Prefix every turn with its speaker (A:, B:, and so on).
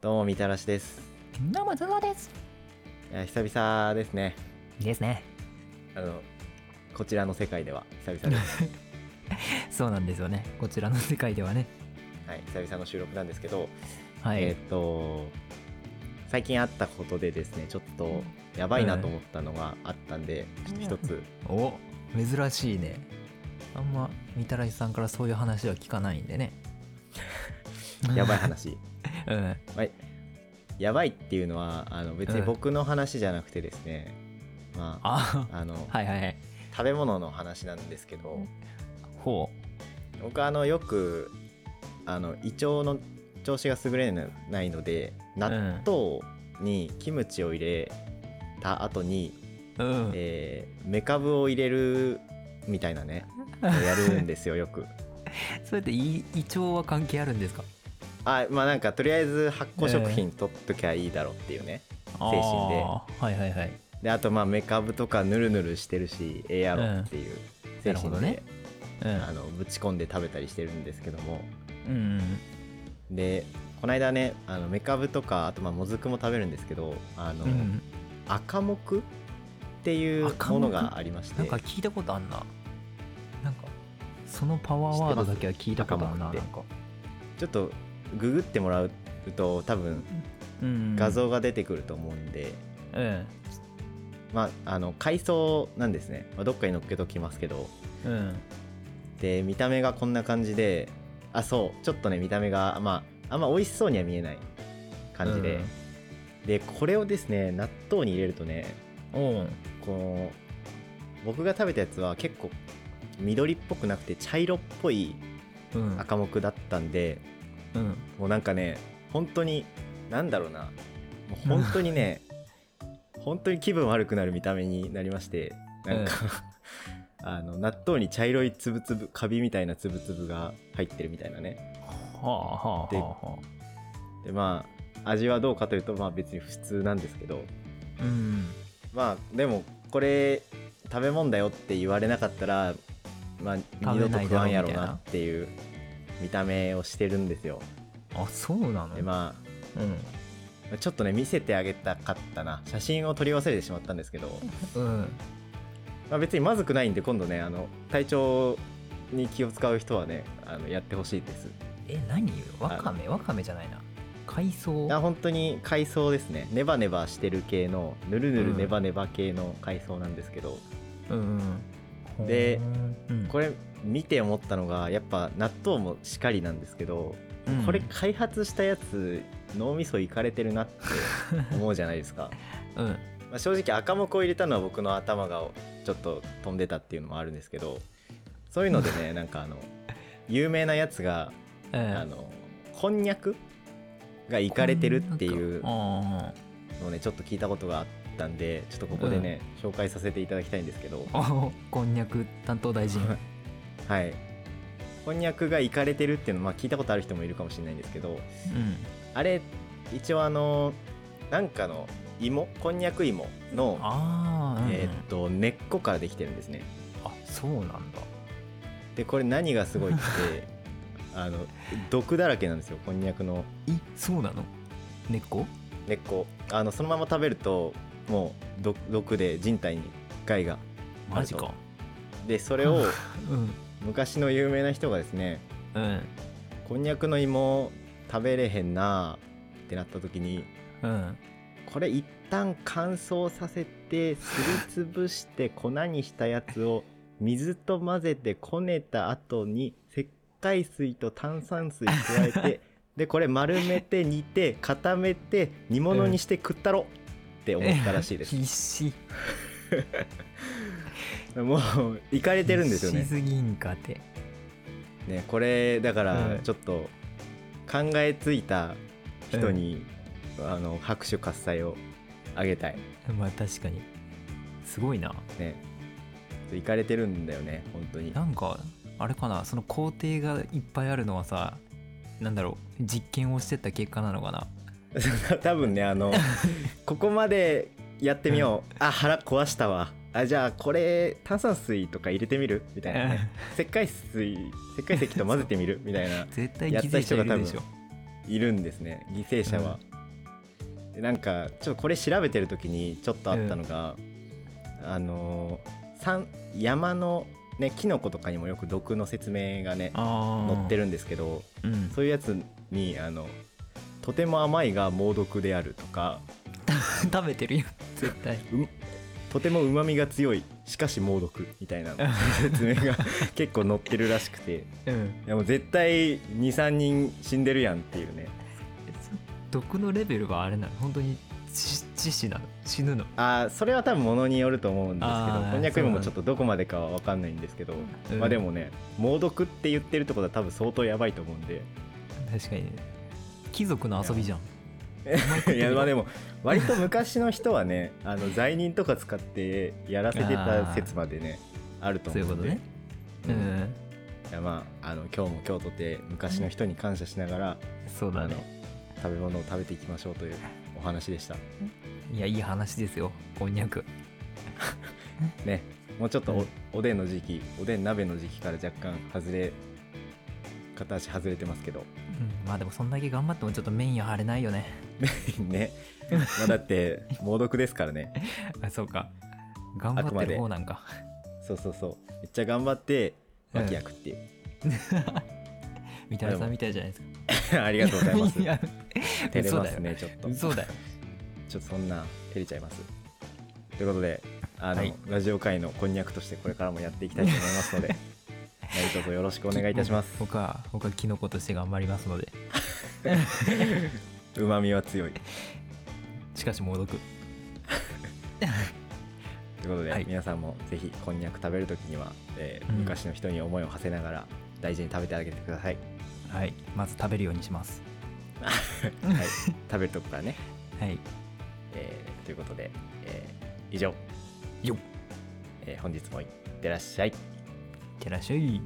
A: どうもみたらしです
B: どうも、ズボです。
A: いや久々ですね
B: ですね。
A: あのこちらの世界では久々 です
B: そうなんですよね。こちらの世界ではね。
A: はい久々の収録なんですけど、
B: はい。
A: えーっと最近あったことでですねちょっとやばいなと思ったのがあったんで、ちょっと一つ
B: お珍しいね。あんま、みたらしさんからそういう話は聞かないんでね。
A: やばい話
B: うん。
A: やばいっていうのはあの別に僕の話じゃなくてですね、まあ
B: あ、
A: あの
B: はいはい。
A: 食べ物の話なんですけど
B: ほ
A: 僕はあのよくあの胃腸の調子が優れないので納豆にキムチを入れた後に、
B: う。うん。
A: えーメカブを入れるみたいな ねやるんですよよく。
B: それって胃胃腸は関係あるんですか
A: あまあなんかとりあえず発酵食品取っときゃいいだろうっていうね、
B: 精
A: 神で
B: はいはいはい。
A: であとまあメカブとかヌルヌルしてるしええやろっていう精
B: なるほ
A: 神で、
B: どね
A: あのぶち込んで食べたりしてるんですけども。
B: うん。うんうん。
A: でこの間ねあのメカブとかあとまあもずくも食べるんですけどあの、
B: うん。
A: 赤木っていう
B: 赤
A: も
B: 木
A: のがありまし
B: な
A: て
B: んか聞いたことあんな。なんか、そのパワーワードだけは聞いたことある
A: 知
B: な。
A: って
B: な
A: ま
B: んか。
A: ちょっとググってもらうと多分
B: うん
A: 画。像が出てくると思うんで、
B: うん。
A: まああの海藻なんですね、まあ、どっかに乗っけときますけど
B: うん。
A: で見た目がこんな感じであそうちょっとね見た目がまああんま美味しそうには見えない感じで、でこれをですね納豆に入れるとね
B: うん。おう
A: この僕が食べたやつは結構緑っぽくなくて茶色っぽい
B: うん。
A: 赤目だったんで、
B: うん。
A: もうなんかね本当になんだろうなもう本当にね本当に気分悪くなる見た目になりましてなんか、 あの納豆に茶色いつぶつぶカビみたいなつぶつぶが入ってるみたいなね
B: はあはあはあは
A: でまあ味はどうかというとまあ別に普通なんですけど
B: あ。うん。
A: まあでもこれ食べ物だよって言われなかったらまあ二度と食わんやろうなっていう見た目をしてるんですよ
B: あ、そうなの
A: でまあ
B: う
A: ちょっとね見せてあげたかったな写真を撮り忘れてしまったんですけど、
B: ん。うん。
A: まあ、別にまずくないんで今度ねあの体調に気を使う人はねあのやってほしいです
B: え、何わかめわかめじゃないな。海藻
A: あ本当に海藻ですねネバネバしてる系のぬるぬるネバネバ系の海藻なんですけど、
B: うんうん。
A: で
B: うん、
A: これ見て思ったのがやっぱ納豆もしかりなんですけど、
B: うん
A: これ開発したやつ脳みそいかれてるなって思うじゃないですか
B: うん。
A: まあ正直赤目を入れたのは僕の頭がちょっと飛んでたっていうのもあるんですけどそういうので ねなんかあの有名なやつが
B: え
A: あのこんにゃくがいかれてるっていうの
B: あ
A: をねちょっと聞いたことがあったんでちょっとここでね、紹介させていただきたいんですけど
B: あ。あ こんにゃく担当大臣。
A: はいこんにゃくがいかれてるっていうのまあ聞いたことある人もいるかもしれないんですけど
B: うん。
A: あれ一応あのなんかの芋こんにゃく芋の
B: ああ、うん
A: えーっと根っこからできてるんですね
B: あ、そうなんだ。
A: でこれ何がすごいって あの毒だらけなんですよこんにゃくの
B: え、そうなの根っこ
A: 根っこあのそのまま食べるともう毒毒で人体に害が
B: マジか。
A: でそれを
B: うん。
A: 昔の有名な人がですね
B: うん。
A: こんにゃくの芋食べれへんなーってなった時に
B: うん。
A: これ一旦乾燥させてすりつぶして粉にしたやつを水と混ぜてこねた後に石灰水と炭酸水加えてでこれ丸めて煮て固めて煮物にして食ったろって思ったらしいです、
B: 必死。
A: もういかれてるんですよ
B: 必
A: ね
B: 死すぎんかて。
A: ねこれだから
B: うん
A: ちょっと考えついた人に、あの拍手喝采をあげたい
B: まあ確かにすごいな
A: ねいかれてるんだよね本当に
B: なんかあれかなその工程がいっぱいあるのはさなんだろう実験をしてった結果なのかな
A: 多分ねあのここまでやってみよう、あ腹壊したわあじゃあこれ炭酸水とか入れてみるみたいな、ね、石灰水石 灰石と混ぜてみるみたいな
B: 絶対犠牲者いるでしょ
A: いるんですね犠牲者はでなんかちょっとこれ調べてる時にちょっとあったのが、あのー山山のねキノコとかにもよく毒の説明がね
B: ああ
A: 載ってるんですけど
B: うん
A: そういうやつにあの「とても甘いが猛毒である」とか
B: 食べてるよ絶対
A: 「とてもうまみが強いしかし猛毒」みたい な説明が結構載ってるらしくて
B: うん
A: いやもう絶対23人死んでるやんっていうね
B: 毒のレベルはあれなの本当に致致死なの死ぬの
A: あーそれは多分ものによると思うんですけ
B: あ
A: ど
B: ー
A: こんにゃく芋
B: そうな
A: も
B: んだ
A: ちょっとどこまでかは分かんないんですけど、
B: うん
A: まあでもね猛毒って言ってるところは多分相当やばいと思うん で
B: 確かにね貴族の遊びじゃん
A: いやまあでも割と昔の人はねあの罪人とか使ってやらせてた説までねあると
B: そう
A: 思
B: い
A: う
B: うこ
A: ん
B: と
A: で
B: ねう
A: うん
B: ん
A: いやまああの今日も今日とて昔の人に感謝しながら、
B: そうだ
A: あの
B: ね
A: 食べ物を食べていきましょうというお話でした
B: いやいい話ですよこんにゃく
A: ねもうちょっとお,、
B: うん
A: おでんの時期おでん鍋の時期から若干外れ片足外れてますけど
B: うんまあでもそんだけ頑張ってもちょっとメインは張れないよね
A: ねまあだって猛毒ですからね
B: あそうか頑張ってる方なんか
A: そうそうそうめっちゃ頑張って
B: うん
A: 脇役っていう、
B: みたいなさんみたいじゃないですか
A: ありがとうございます
B: いや
A: 照れ
B: 嘘
A: ま
B: だ
A: す
B: よ
A: ねちょっとちょ
B: 嘘だよ
A: っとそんな照れちゃいますということであの、
B: はい
A: ラジオ界のこんにゃくとしてこれからもやっていきたいと思いますの で何卒よろしくお願いいたします
B: 僕は僕はキノコとして頑張りますので
A: うまみは強い
B: しかし猛毒
A: ということで、
B: はい
A: 皆さんもぜひこんにゃく食べるときには、えー
B: うん
A: 昔の人に思いを馳せながら大事に食べてあげてくだ さい、
B: はいまず食べるようにします
A: はい、食べるとこからね、
B: はい
A: えーということで、えー以上
B: よっいっ
A: えー本日もいってらっしゃい
B: てらっしゃい